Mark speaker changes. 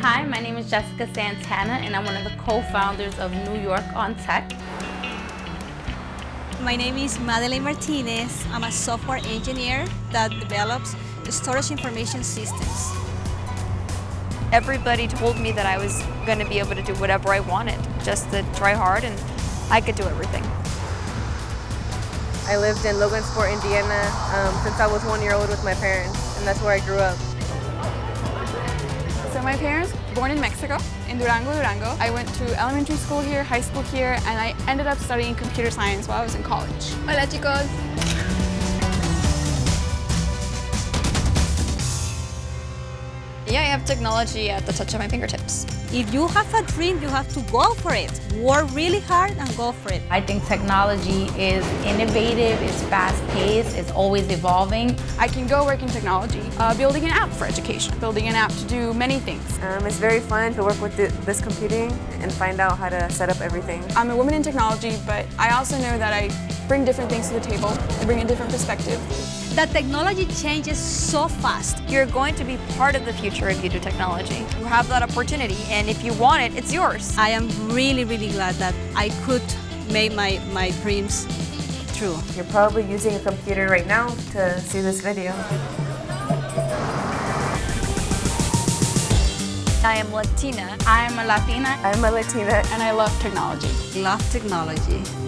Speaker 1: Hi, my name is Jessica Santana, and I'm one of the co founders of New York on Tech.
Speaker 2: My name is Madeleine Martinez. I'm a software engineer that develops storage information systems.
Speaker 3: Everybody told me that I was going to be able to do whatever I wanted, just to try hard, and I could do everything.
Speaker 4: I lived in Logansport, Indiana um, since I was one year old with my parents, and that's where I grew up.
Speaker 5: So my parents born in Mexico, in Durango, Durango. I went to elementary school here, high school here, and I ended up studying computer science while I was in college.
Speaker 3: Hola, chicos. Yeah, I have technology at the touch of my fingertips.
Speaker 2: If you have a dream, you have to go for it. Work really hard and go for it.
Speaker 1: I think technology is innovative, it's fast paced, it's always evolving.
Speaker 5: I can go work in technology, uh, building an app for education, building an app to do many things.
Speaker 6: Um, it's very fun to work with th- this computing and find out how to set up everything.
Speaker 5: I'm a woman in technology, but I also know that I bring different things to the table. I bring a different perspective.
Speaker 2: The technology changes so fast.
Speaker 3: You're going to be part of the future if you do technology. You have that opportunity, and if you want it, it's yours.
Speaker 2: I am really, really glad that I could make my, my dreams true.
Speaker 6: You're probably using a computer right now to see this video.
Speaker 3: I am Latina.
Speaker 1: I'm a Latina.
Speaker 6: I'm a Latina
Speaker 5: And I love technology.
Speaker 2: Love technology.